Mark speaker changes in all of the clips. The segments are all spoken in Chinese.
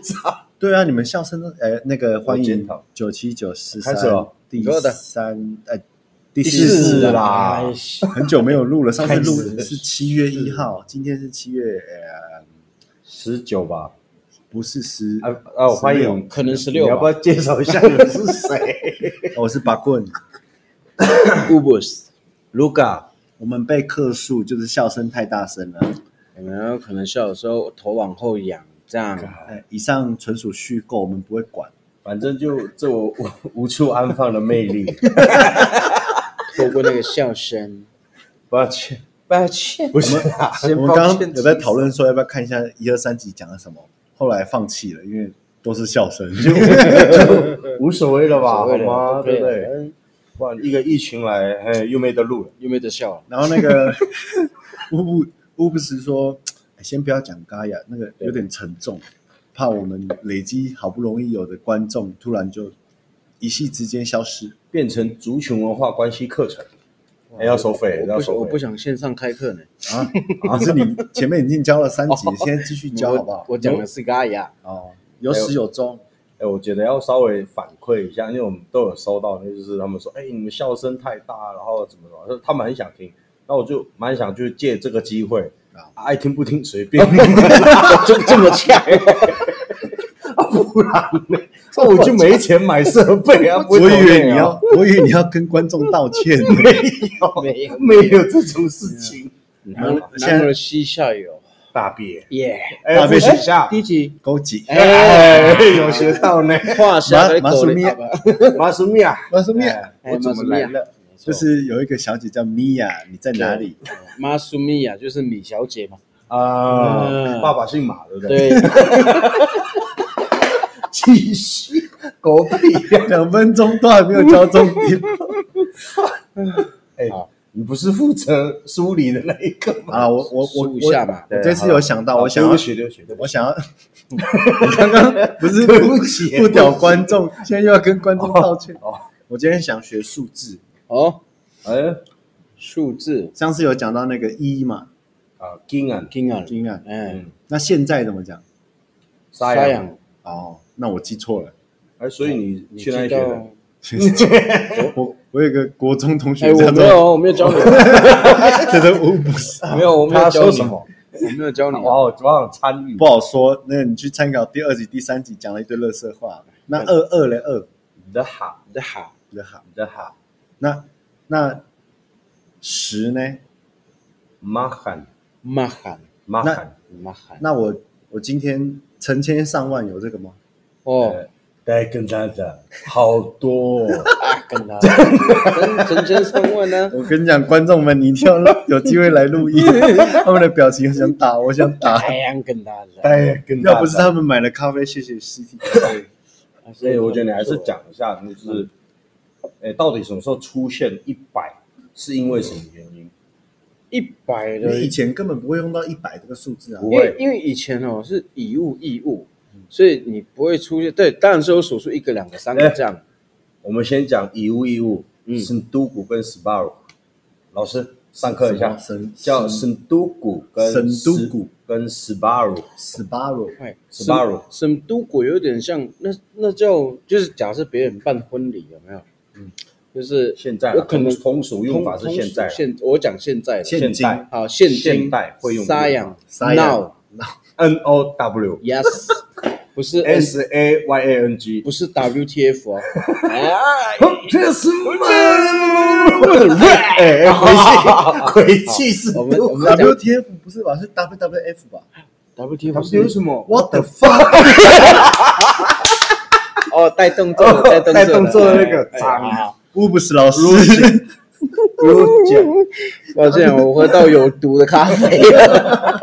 Speaker 1: 长，
Speaker 2: 对啊，你们笑声都哎，那个欢
Speaker 1: 检
Speaker 2: 迎
Speaker 1: 讨
Speaker 2: 九七九四
Speaker 1: 开
Speaker 2: 三
Speaker 1: 始了
Speaker 2: 第
Speaker 1: 所有的
Speaker 2: 三哎第
Speaker 1: 第
Speaker 2: 四
Speaker 1: 四
Speaker 2: 次
Speaker 1: 啦
Speaker 3: 哎
Speaker 2: 很久没有录了，上次录
Speaker 3: 开始了
Speaker 2: 是七月一号，今天是七月呃
Speaker 1: 十九吧？
Speaker 2: 不是十
Speaker 1: 啊啊！我欢
Speaker 2: 16
Speaker 1: 迎，
Speaker 3: 可能十
Speaker 1: 你
Speaker 3: 六
Speaker 1: 要不要
Speaker 3: 吧。
Speaker 1: 介绍一下你是谁
Speaker 2: 哦我是拔棍，
Speaker 3: Ubus，
Speaker 1: ？Luca，
Speaker 2: 我们被客诉就是笑声太大声了，
Speaker 3: 有没有可能笑的时候头往后仰这样？
Speaker 2: 哎，以上纯属虚构，我们不会管。
Speaker 1: 反正就这我无无处安放的魅力，
Speaker 3: 透过那个笑声，
Speaker 1: 抱歉，
Speaker 3: 抱歉，
Speaker 1: 不是啊，
Speaker 2: 我
Speaker 1: 先
Speaker 2: 们
Speaker 1: 抱
Speaker 2: 刚
Speaker 1: 歉
Speaker 2: 刚有在讨论说要不要看一下一二三集讲了什么，后来放弃了，因为都是笑 声， 就
Speaker 1: 无所谓了吧，好
Speaker 3: 所谓的
Speaker 1: 吗？对不
Speaker 3: 对
Speaker 1: 对？？
Speaker 3: 嗯
Speaker 1: 不然一个疫情来，哎，又没得录了。
Speaker 3: 又没得笑了，
Speaker 2: 然后那个乌布乌布什说，哎先不要讲嘎雅，那个有点沉重，怕我们累积好不容易有的观众突然就一夕之间消失。
Speaker 1: 变成族群文化关系课程，哎，要收费，
Speaker 3: 我
Speaker 1: 要
Speaker 3: 不想，
Speaker 1: 收
Speaker 3: 我不
Speaker 1: 费。
Speaker 3: 想线上开课呢。
Speaker 2: 啊， 可是你前面已经教了三集，现在继续教好不好
Speaker 3: 我？我讲的是嘎牙，
Speaker 2: 哦，有始有终。
Speaker 1: 哎，我觉得要稍微反馈一下，因为我们都有收到，就是他们说，哎，你们笑声太大，然后怎么怎么，他们很想听，那我就蛮想去借这个机会
Speaker 2: 啊，
Speaker 1: 爱听不听随便，
Speaker 3: 这这么呛，哦
Speaker 1: 不然呢，那我就没钱买设备
Speaker 3: 哎
Speaker 1: 啊。不
Speaker 2: 我以
Speaker 1: 会抖内
Speaker 2: 为
Speaker 1: 啊
Speaker 2: 你要，我以为你要跟观众道歉呢。
Speaker 3: 没有
Speaker 1: 没有这种事情，
Speaker 3: 然后
Speaker 2: 现在
Speaker 3: 然后西校友，
Speaker 1: 大便，
Speaker 3: 耶，
Speaker 1: 哎，
Speaker 2: 大
Speaker 1: 复
Speaker 2: 便
Speaker 1: 习一下
Speaker 3: 第，一集，
Speaker 2: 勾几？
Speaker 1: 哎
Speaker 3: 哎，，
Speaker 1: 有学到呢，
Speaker 3: 画下
Speaker 2: 马马苏咪
Speaker 3: 好吧
Speaker 1: 马苏米啊，
Speaker 2: 我说面，
Speaker 3: 哎
Speaker 1: 我怎么来
Speaker 3: 马苏米哎
Speaker 1: 了？
Speaker 2: 就是有一个小姐叫米娅，你在哪里？
Speaker 3: 妈苏米亚就是米小姐嘛，
Speaker 1: 啊，
Speaker 3: 嗯
Speaker 1: 爸爸姓马，对不对？
Speaker 3: 对，
Speaker 1: 继续，狗屁！
Speaker 2: 两分钟都还没有教重 点。
Speaker 1: 哎
Speaker 3: 好，
Speaker 1: 你不是负责梳理的那一个吗？
Speaker 2: 啊，我我我
Speaker 3: 数
Speaker 2: 我
Speaker 3: 一下嘛
Speaker 2: 我这次有想到，我想
Speaker 1: 要
Speaker 2: 要
Speaker 1: 对不，起，对不起，对 不
Speaker 2: 我
Speaker 1: 起，
Speaker 2: 想要，你刚刚不 是
Speaker 1: 对不起
Speaker 2: 不屌观众，现在又要跟观众道歉。
Speaker 1: 哦，
Speaker 2: 我今天想学数字，
Speaker 3: 哦，
Speaker 1: 哎，
Speaker 3: 数字
Speaker 2: 上次有讲到那个一嘛，
Speaker 1: 啊，金啊，
Speaker 3: 金啊，
Speaker 2: 金啊，
Speaker 1: 哎
Speaker 3: 嗯，
Speaker 2: 那现在怎么讲？
Speaker 1: 沙
Speaker 3: 沙
Speaker 1: 洋，
Speaker 3: 洋，
Speaker 2: 哦，那我记错 了。
Speaker 1: 哎，所以你
Speaker 3: 你
Speaker 1: 去哪里
Speaker 3: 知
Speaker 1: 学
Speaker 3: 道？
Speaker 1: 的？
Speaker 2: 我我有一个国中同
Speaker 3: 哎，
Speaker 2: 学
Speaker 3: 我
Speaker 2: 叫
Speaker 3: 没
Speaker 2: 做
Speaker 3: 有，我没有教你，
Speaker 2: 叫做乌布斯，
Speaker 3: 没有，我没有
Speaker 1: 他说
Speaker 3: 教你啊
Speaker 1: 什，么？
Speaker 3: 我没有教你
Speaker 1: 我，好，我好想参与
Speaker 2: 不。好说。那你去参考第二集、第三集讲了一堆垃圾话。那二二嘞二
Speaker 1: 你的好，
Speaker 3: 你的好，
Speaker 2: 比较好。
Speaker 1: 你的好，
Speaker 2: 那那十呢？
Speaker 1: 马罕，
Speaker 3: 马喊，
Speaker 1: 马罕，
Speaker 3: 马喊，
Speaker 2: 那我我今天成千上万有这个吗？
Speaker 3: 哦，
Speaker 1: 再跟他讲，好多哦。
Speaker 3: 啊，跟他，成成千上万 呢，
Speaker 2: 我跟你讲，观众们，你一定要有机会来录音， 他们的表情很想打，我想打。
Speaker 3: 太阳哎跟他
Speaker 2: 哎
Speaker 3: 的，
Speaker 1: 再跟
Speaker 2: 要不是他们买了咖啡，谢谢 CT 咖啡。
Speaker 1: 所以我觉得你还是讲一下，就是，哎、到底什么时候出现一百，是因为什么原因？
Speaker 3: 一百
Speaker 2: 因为
Speaker 3: 的
Speaker 2: 以前根本不会用到一百这个数字啊。
Speaker 1: 不
Speaker 3: 因为
Speaker 1: 会
Speaker 3: 因为以前哦是以物易物，所以你不会出现对，当然是有数数一个、两个、三个
Speaker 1: 哎
Speaker 3: 这样。
Speaker 1: 我们先讲以物易物，
Speaker 3: 嗯
Speaker 1: 是都古跟 s p a r 老师上课一下，
Speaker 2: 什么神
Speaker 1: 叫神都古跟
Speaker 2: 神都古
Speaker 1: 跟 s p a r
Speaker 2: Sparrow，
Speaker 3: 快
Speaker 1: Subaru
Speaker 3: 什么都鬼有点像那那叫就是假设别人办婚礼有没有？
Speaker 2: 嗯
Speaker 3: 就是
Speaker 1: 现在
Speaker 3: 我
Speaker 1: 啦
Speaker 3: 可能
Speaker 1: 通通俗用法是
Speaker 3: 通
Speaker 1: 现在啦啊
Speaker 3: 通俗现我讲现在的
Speaker 2: 现金
Speaker 1: 代
Speaker 3: 好现金
Speaker 1: 现代会用的
Speaker 3: 沙洋
Speaker 2: 沙洋
Speaker 3: now
Speaker 1: N O W
Speaker 3: yes 不是 S
Speaker 1: S A Y A N G，
Speaker 3: 不是 WTF 哦，哎
Speaker 1: 这是吗？哎，回去回去是
Speaker 3: 我们我们
Speaker 2: WTF 不是吧？是 WWF 吧
Speaker 3: WTF
Speaker 1: 有
Speaker 3: 是
Speaker 1: 什么？
Speaker 2: ？What the fuck？
Speaker 3: 哦带动作的
Speaker 1: 哦
Speaker 3: 动作
Speaker 1: 带动作的那个
Speaker 3: 哎
Speaker 1: 长
Speaker 3: 哎好
Speaker 2: 乌布斯老师，
Speaker 1: 有讲。
Speaker 3: 抱歉，我喝到有毒的咖啡了。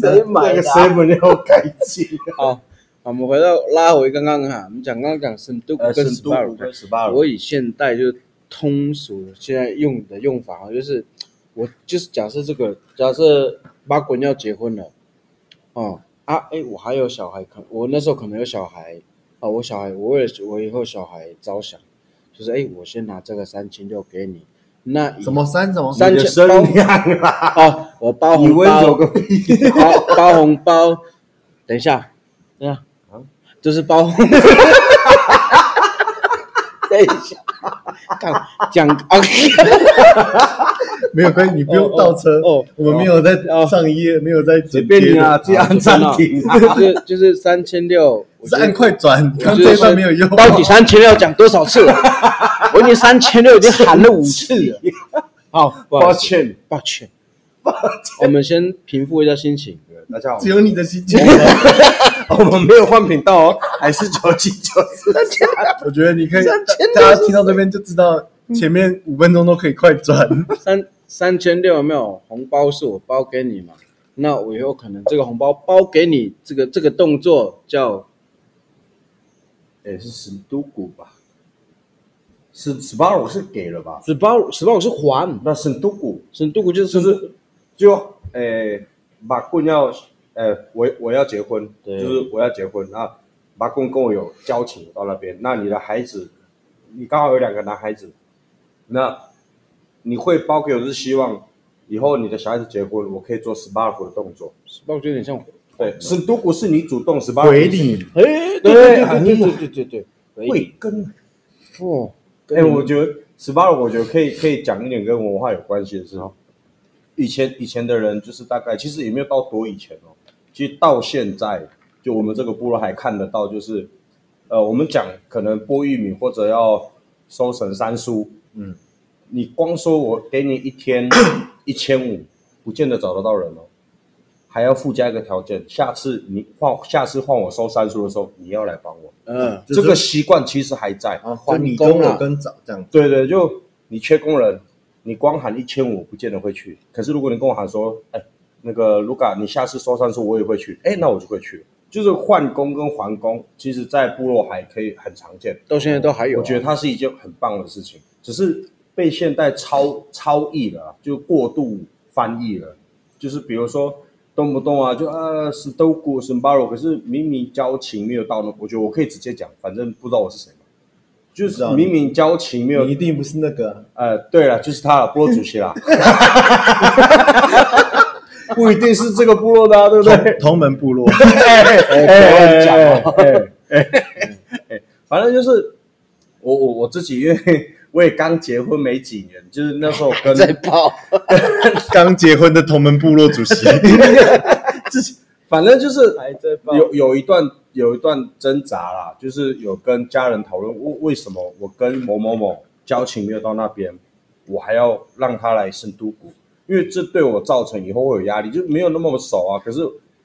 Speaker 3: 谁买
Speaker 1: 那个
Speaker 3: 的啊
Speaker 1: seven 要改进？
Speaker 3: 好，我们回到拉回刚刚哈，我们讲刚刚讲深度
Speaker 1: 呃，
Speaker 3: 跟
Speaker 1: 深
Speaker 3: 十
Speaker 1: 度
Speaker 3: 八五，
Speaker 1: 跟十八
Speaker 3: 我以现代就是通俗的现在用的用法啊，就是我就是假设这个，假设八滚要结婚了，哦啊，哎，我还有小孩，可我那时候可能有小孩啊，我小孩，我为了我以后小孩着想，就是哎，我先拿这个三千六给你，那以
Speaker 2: 什么三什么？
Speaker 3: 三
Speaker 1: 你的声量啊啦，
Speaker 3: 哦，我包
Speaker 1: 你
Speaker 3: 红
Speaker 1: 温
Speaker 3: 包
Speaker 1: 柔。个屁！
Speaker 3: 包包红包，等一下，对啊
Speaker 1: 啊，
Speaker 3: 就是包红。等一下，干讲啊，
Speaker 2: 没有关系，你不用倒车。
Speaker 3: 哦哦
Speaker 2: 我们没有在
Speaker 3: 哦
Speaker 2: 上一页，没有在
Speaker 1: 随
Speaker 2: 剪
Speaker 1: 便
Speaker 2: 接
Speaker 1: 你
Speaker 2: 的
Speaker 1: 啊，自己按暂停啊。
Speaker 3: 就是就是三千六，我
Speaker 2: 是
Speaker 3: 觉得
Speaker 2: 按快转，
Speaker 3: 我
Speaker 2: 刚
Speaker 3: 觉
Speaker 2: 这
Speaker 3: 得
Speaker 2: 一段没有用。啊
Speaker 3: 到底三千六讲多少次了？我已经三千六已经喊了五次了。好，不好
Speaker 1: 抱
Speaker 3: 意思，
Speaker 1: 歉，
Speaker 3: 抱歉，我们先平复一下心情。
Speaker 1: 大家好
Speaker 2: 只，有你的心情。
Speaker 1: 我们没有换频道哦，还是九七九四。
Speaker 2: 我觉得你可以
Speaker 3: 三千，六
Speaker 2: 大家听到这边就知道，前面五分钟都可以快转。
Speaker 3: 三三千六有没有红包是我包给你嘛？那我以后可能这个红包包给你，这个这个动作叫
Speaker 1: 也哎是十都古吧？是十八，我是给了吧？
Speaker 3: 纸包，纸包我是还，
Speaker 1: 那是都古
Speaker 3: 神度古就是
Speaker 1: 就是就诶，马棍要呃，我我要结婚，就
Speaker 3: 对
Speaker 1: 是我要结婚那马棍跟我有交情到那边，那你的孩子，你刚好有两个男孩子，那你会包给我是希望以后你的小孩子结婚，我可以做 s p a r 的动作。
Speaker 3: 纸包，就有点像
Speaker 1: 对，是都古是你主动 s p a r
Speaker 2: 回礼，
Speaker 3: 哎，对对对对对对对，
Speaker 1: 会跟
Speaker 3: 哦，
Speaker 1: 哎、我
Speaker 2: 嗯
Speaker 1: 觉得十八，我觉得可以可以讲一点跟文化有关系的事。哦以前以前的人就是大概，其实也没有到多以前哦，其实到现在，就我们这个部落还看得到，就是呃，我们讲可能剥玉米或者要收成三叔，
Speaker 2: 嗯，
Speaker 1: 你光说我给你 一天一千五，不见得找得到人哦。还要附加一个条件，下次你换，下次换我收三叔的时候，你要来帮我。
Speaker 3: 嗯，
Speaker 2: 就是
Speaker 1: 这个习惯其实还在，
Speaker 2: 啊，换你
Speaker 3: 分
Speaker 2: 跟
Speaker 3: 工啊
Speaker 2: 我跟早这样。
Speaker 1: 对对，就你缺工人，你光喊一千五不见得会去。可是如果你跟我喊说，哎，那个卢卡，你下次收三叔我也会去，哎，那我就会去。就是换工跟还工，其实在部落还可以很常见。
Speaker 3: 到现在都
Speaker 2: 哎
Speaker 3: 还有
Speaker 1: 我
Speaker 3: 啊，
Speaker 1: 觉得它是一件很棒的事情，只是被现代超超译了啊，就过度翻译了。就是比如说动不动啊，就啊是都古是巴罗，可是明明交情没有到呢，我觉得我可以直接讲，反正不知道我是谁嘛。就
Speaker 2: 知
Speaker 1: 是
Speaker 2: 道你
Speaker 1: 明明交情没有
Speaker 2: 你一定不是那个啊，
Speaker 1: 呃，对了，就是他了，部落主席啦， 不一定是这个部落的、啊，对不对？
Speaker 2: 同同门部落。
Speaker 1: 哎哎
Speaker 3: 乱讲
Speaker 2: 啊
Speaker 1: 哎哎哎， 反正就是我我我自己，因为我也刚结婚没几年，就是那时候跟
Speaker 3: 在包，
Speaker 2: 哎刚结婚的同门部落主席，
Speaker 1: 反正就是
Speaker 3: 还在包，
Speaker 1: 有有一段有一段挣扎啦，就是有跟家人讨论为为什么我跟某某某交情没有到那边，我还要让他来圣都谷，因为这对我造成以后会有压力，就没有那么熟啊。可是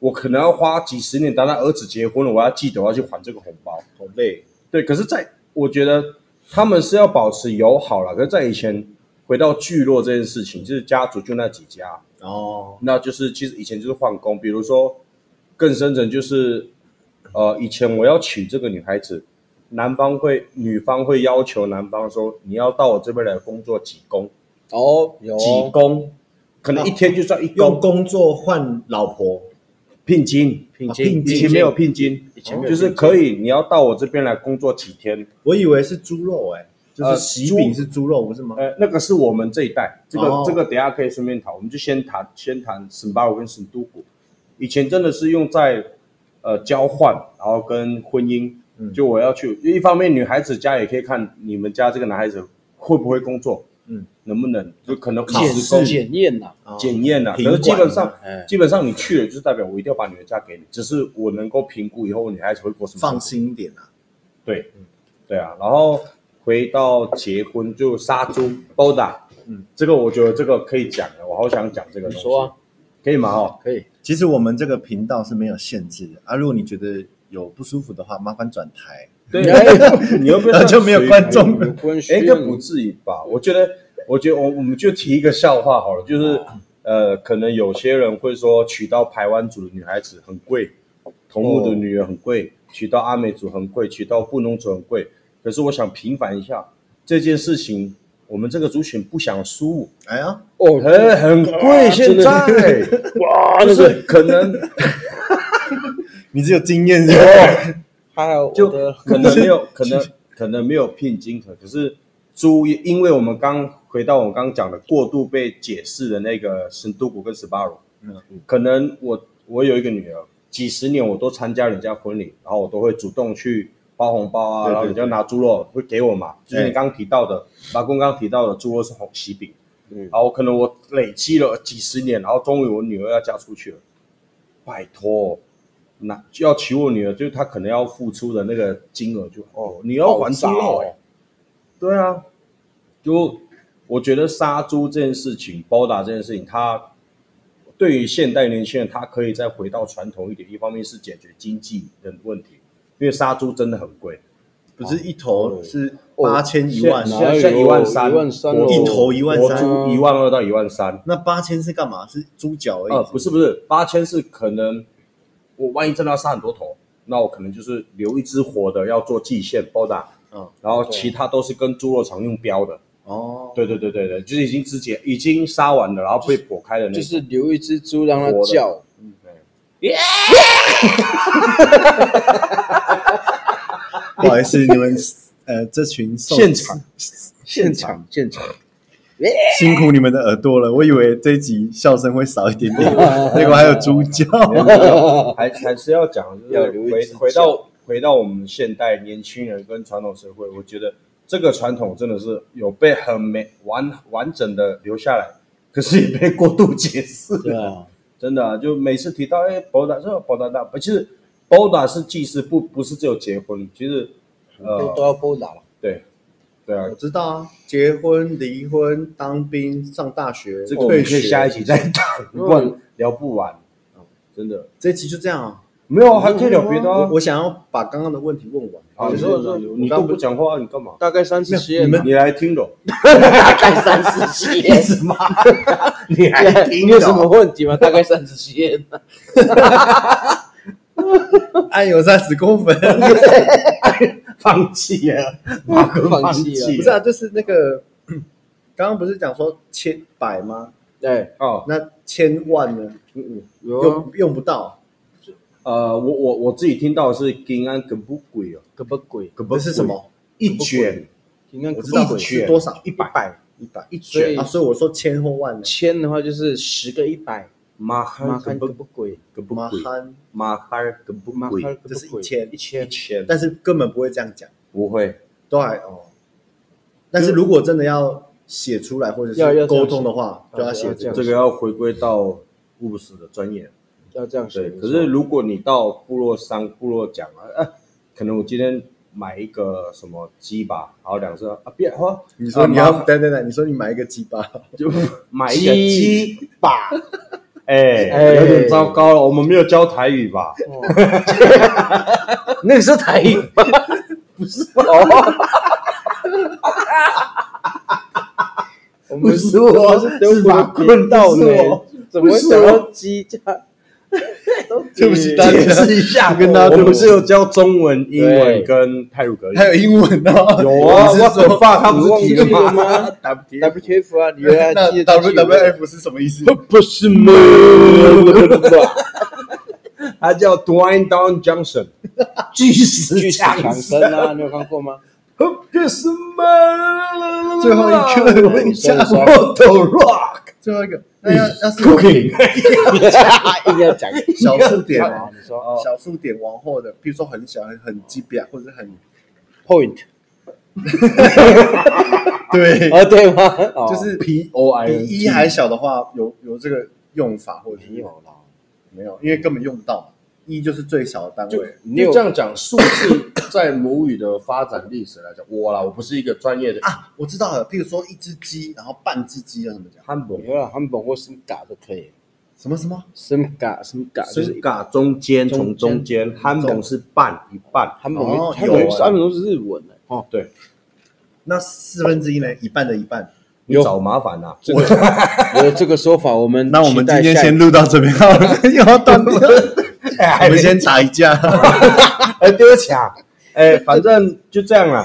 Speaker 1: 我可能要花几十年，等他儿子结婚了，我要记得我要去还这个红包。
Speaker 2: 好累。
Speaker 1: 对，可是在，我觉得他们是要保持友好啦，可是，在以前回到聚落这件事情，就是家族就那几家，
Speaker 2: 哦，
Speaker 1: 那就是其实以前就是换工，比如说更深层就是，呃，以前我要娶这个女孩子，男方会女方会要求男方说你要到我这边来工作几工
Speaker 3: 哦有
Speaker 1: 几工，可能一天就算一
Speaker 2: 用
Speaker 1: 工
Speaker 2: 工作换老婆，
Speaker 1: 聘金。
Speaker 3: 聘
Speaker 2: 啊聘
Speaker 3: 金
Speaker 1: 以
Speaker 2: 金
Speaker 1: 前没有聘金，
Speaker 3: 以前没有
Speaker 1: 就是
Speaker 3: 聘金
Speaker 1: 可以，你要到我这边来工作几天，
Speaker 2: 我以为是猪肉哎，就
Speaker 1: 呃
Speaker 2: 是喜饼是猪哎肉不是吗？
Speaker 1: 呃，那个是我们这一代，这个、
Speaker 2: 哦
Speaker 1: 这个等一下可以顺便谈，我们就先谈先谈沈巴鲁跟沈都古。以前真的是用在呃交换，然后跟婚姻，
Speaker 2: 嗯
Speaker 1: 就我要去，一方面女孩子家也可以看你们家这个男孩子会不会工作，
Speaker 2: 嗯，
Speaker 1: 能不能就可能考
Speaker 3: 检
Speaker 1: 试工
Speaker 3: 检验呐，
Speaker 2: 哦
Speaker 1: 检验呐、啊，可
Speaker 2: 品管
Speaker 1: 是基本上
Speaker 3: 哎
Speaker 1: 基本上你去了就是代表我一定要把女儿嫁给你，只是我能够评估以后女孩子会过什么生活
Speaker 2: 放心一点啊。
Speaker 1: 对，对啊，然后回到结婚就杀猪 Boda，
Speaker 2: 嗯，
Speaker 1: 这个我觉得这个可以讲的，我好想讲这个
Speaker 3: 你
Speaker 1: 东西，
Speaker 3: 说啊，
Speaker 1: 可以吗？哦，
Speaker 3: 可以，
Speaker 2: 其实我们这个频道是没有限制的啊，如果你觉得有不舒服的话，麻烦转台。
Speaker 1: 对
Speaker 3: 哎
Speaker 1: 你 又不
Speaker 2: 就没有观众
Speaker 1: 哎
Speaker 3: 有关系，
Speaker 1: 哎，应该不至于吧？我觉得，我觉得我我们就提一个笑话好了，就是
Speaker 2: 嗯
Speaker 1: 呃，可能有些人会说娶到排湾族的女孩子很贵，同路的女人很贵，娶到阿美族很贵，娶到布农族很贵。可是我想平反一下这件事情，我们这个族群不想输。
Speaker 2: 哎呀，
Speaker 3: 哦，
Speaker 1: 很很贵，
Speaker 3: 哇
Speaker 1: 现在
Speaker 3: 真 哇，
Speaker 1: 就
Speaker 3: 那
Speaker 1: 是
Speaker 3: 个
Speaker 1: 可能
Speaker 2: 你只有经验是吧？
Speaker 1: 哦
Speaker 3: 还有我
Speaker 1: 就
Speaker 3: 的
Speaker 1: 可能没 有，可能可能没有聘金可，可是猪，因为我们刚回到我刚刚讲的过度被解释的那个神都谷跟十八罗，
Speaker 2: 嗯
Speaker 1: 可能我我有一个女儿，几十年我都参加人家婚礼，然后我都会主动去包红包啊，然后人家拿猪肉会给我嘛，就是你刚刚提到的，马公刚刚提到的猪肉是红喜饼，
Speaker 3: 嗯
Speaker 1: 然后可能我累积了几十年，然后终于我女儿要嫁出去了，拜托。那就要娶我女儿，就是她可能要付出的那个金额就哦，你要还猪肉、欸，对啊，就我觉得杀猪这件事情，包打这件事情，它对于现代年轻人，他可以再回到传统一点。一方面是解决经济的问题，因为杀猪真的很贵，
Speaker 2: 不是一头
Speaker 1: 哦
Speaker 2: 是
Speaker 3: 哦
Speaker 2: 八千一万，啊
Speaker 1: 现
Speaker 3: 哪
Speaker 1: 在
Speaker 3: 有
Speaker 1: 现在一万三，
Speaker 3: 一万三
Speaker 1: 国猪
Speaker 2: 一头一万三
Speaker 1: 国猪一万二到一万三。
Speaker 2: 那八千是干嘛？是猪脚而已。
Speaker 1: 呃，不是不是，八千是可能我万一真的要杀很多头，那我可能就是留一只活的要做祭献包打，
Speaker 2: 嗯
Speaker 1: 然后其他都是跟猪肉厂用标的。
Speaker 2: 哦，
Speaker 1: 对对对对对，就是已经肢解已经杀完了，然后被剖开的那
Speaker 3: 就
Speaker 1: 种。
Speaker 3: 是留一只猪让它
Speaker 1: 活的
Speaker 3: 叫，
Speaker 2: 不好意思，你们呃这群受
Speaker 1: 现场
Speaker 3: 现场现场，
Speaker 2: 辛苦你们的耳朵了。我以为这一集笑声会少一点 点，
Speaker 1: 哦
Speaker 2: 结果还有猪叫。
Speaker 1: 还还是要讲，就
Speaker 3: 要
Speaker 1: 是
Speaker 3: 留一
Speaker 1: 回
Speaker 3: 只
Speaker 1: 回
Speaker 3: 脚
Speaker 1: 到回到我们现代年轻人跟传统社会，我觉得这个传统真的是有被很美完完整的留下来，可是也被过度解释。
Speaker 2: 对啊，
Speaker 1: 真的啊、就每次提到哎，包打这包打那，其实包打是祭祀，不不是只有结婚，其实
Speaker 3: 都都
Speaker 1: 呃，
Speaker 3: 要拨打了。
Speaker 1: 对对啊
Speaker 2: 我，知道啊，结婚、离婚、当兵、上大学、
Speaker 1: 这个我们
Speaker 2: 退
Speaker 1: 可以
Speaker 2: 学，
Speaker 1: 下一集再谈，不然聊不完，真的
Speaker 2: 这一集就这样啊。
Speaker 1: 没有还可以聊别的
Speaker 2: 我
Speaker 1: 啊。
Speaker 2: 我想要把刚刚的问题问完。
Speaker 1: 啊，
Speaker 2: 就
Speaker 1: 你
Speaker 2: 是
Speaker 1: 说说你都不讲话，你干嘛？
Speaker 3: 大概三十七
Speaker 2: 没有你们
Speaker 1: 你来听懂。
Speaker 3: 大概三十七
Speaker 1: 一 直骂，你还听
Speaker 3: 你有什么
Speaker 1: 哦？
Speaker 3: 问题吗？大概三十七页，
Speaker 2: 哎有三十公分，
Speaker 1: 放弃了，马哥
Speaker 3: 放
Speaker 1: 弃
Speaker 3: 弃了
Speaker 2: 不是啊，就是那个 刚刚不是讲说千百吗？
Speaker 3: 对，
Speaker 1: 哦，
Speaker 2: 那千万呢？
Speaker 3: 嗯嗯，有啊
Speaker 2: 用用不到，
Speaker 1: 呃，我我我自己听到的是金安可不贵哦，
Speaker 3: 个不鬼，
Speaker 1: 可不
Speaker 2: 这是
Speaker 1: 贵
Speaker 2: 什？么？
Speaker 1: 一卷
Speaker 3: 你看
Speaker 2: 我知道是
Speaker 1: 一卷
Speaker 2: 多少？
Speaker 1: 一百
Speaker 3: 百
Speaker 2: 一百
Speaker 1: 一
Speaker 3: 所以
Speaker 1: 卷
Speaker 2: 啊，所以我说千或万呢？
Speaker 3: 千的话就是十个一百，
Speaker 1: 马
Speaker 3: 马
Speaker 1: 哈可
Speaker 3: 汉
Speaker 1: 不
Speaker 3: 个不鬼，
Speaker 1: 可不
Speaker 2: 马
Speaker 1: 贵，
Speaker 2: 憨，
Speaker 1: 马哈可不
Speaker 3: 马
Speaker 1: 贵，
Speaker 3: 汉个
Speaker 2: 这是
Speaker 3: 不鬼，
Speaker 2: 一千
Speaker 3: 一
Speaker 1: 一
Speaker 3: 千，
Speaker 1: 千
Speaker 2: 但是根本不会这样讲，
Speaker 1: 不会，
Speaker 2: 都还哦。但是如果真的要写出来或者
Speaker 3: 要
Speaker 2: 是
Speaker 3: 要这
Speaker 2: 沟
Speaker 3: 样
Speaker 2: 通的话，
Speaker 3: 写
Speaker 2: 就要写
Speaker 3: 要这
Speaker 2: 这
Speaker 3: 样
Speaker 2: 个。
Speaker 1: 这个哦要回归到务实的专业。
Speaker 3: 要这样
Speaker 1: 对
Speaker 3: 写。，
Speaker 1: 可是如果你到部落商、部落讲啊，啊，可能我今天买一个什么鸡吧，然后两只啊，别花，
Speaker 2: 你说你
Speaker 1: 啊
Speaker 2: 要
Speaker 1: 马
Speaker 2: 等等等，你说你买一个鸡巴，
Speaker 1: 就买一个鸡
Speaker 3: 吧，
Speaker 1: 哎、
Speaker 3: 哎
Speaker 1: 有点糟糕了，我们没有教台语吧？
Speaker 3: 哦那个是台语 吗？不是哦。我们
Speaker 1: 不是我
Speaker 3: 我们是哦德
Speaker 1: 是
Speaker 3: 国
Speaker 1: 把困到
Speaker 3: 呢
Speaker 1: 呢，
Speaker 3: 怎么会想到鸡架？
Speaker 2: 对不 起大
Speaker 1: 解
Speaker 2: 家，
Speaker 1: 释一下，
Speaker 2: 跟大家
Speaker 1: 我
Speaker 2: 对不
Speaker 1: 们
Speaker 2: 起
Speaker 1: 是有教中文、英文
Speaker 3: 对
Speaker 1: 跟泰鲁格语
Speaker 2: 还。有英文哦。
Speaker 1: 有啊
Speaker 2: 你是
Speaker 1: ，What the
Speaker 2: 说
Speaker 1: fuck？他不是提
Speaker 3: 你忘记
Speaker 1: 吗
Speaker 3: 了 吗
Speaker 1: ？W
Speaker 3: WTF 啊，你原来
Speaker 2: 那
Speaker 3: 记得这
Speaker 2: W
Speaker 3: 句
Speaker 2: W F 是什么意 思？
Speaker 1: 不是吗？他叫 Dwayne Down Johnson，巨石
Speaker 3: 巨石强森啊，你有看过吗？
Speaker 1: 不是吗？
Speaker 2: 最后一刻问一下
Speaker 1: 我抖 rock
Speaker 2: 最后一个，那要要是
Speaker 1: cooking，
Speaker 3: 硬要讲
Speaker 2: 小数点
Speaker 3: 啊
Speaker 2: 哦，，
Speaker 3: 你说哦
Speaker 2: 小数点往后的，比如说很小、很很鸡巴，或者很
Speaker 3: ，point
Speaker 2: 对，
Speaker 3: 哦，对吗？哦
Speaker 2: 就是
Speaker 1: 皮 O I
Speaker 2: 比一还小的话，有有这个用法或者是
Speaker 3: 没有啦，
Speaker 2: 没有，因为根本用不到嘛。一就是最小的单
Speaker 1: 就
Speaker 2: 位
Speaker 1: 你就这样讲，数字在母语的发展历史来讲，我啦，我不是一个专业的
Speaker 2: 啊，我知道了。譬如说一只鸡，然后半只鸡要怎么讲？
Speaker 1: 汉堡
Speaker 3: 你，说汉堡或生嘎都可以，
Speaker 2: 什么什么？
Speaker 3: 生嘎生嘎
Speaker 1: 就
Speaker 3: 就是是
Speaker 1: 嘎中间从中
Speaker 3: 中
Speaker 1: 间，汉堡是半一半，
Speaker 3: 汉
Speaker 2: 哦
Speaker 3: 堡，汉
Speaker 2: 有
Speaker 3: 堡
Speaker 2: 啊
Speaker 3: 汉堡都是日文的哦，
Speaker 1: 对
Speaker 2: 那四分之一呢？一半的一半。
Speaker 1: 你
Speaker 3: 有
Speaker 1: 找麻烦啊呐。
Speaker 3: 这个 有这个说法，我们
Speaker 2: 那我们
Speaker 3: 期待
Speaker 2: 今天
Speaker 3: 下一
Speaker 2: 先录到这边好了， 又要断掉。 我们先打一架。
Speaker 1: 哎，对不起啊，哎，反正就这样了。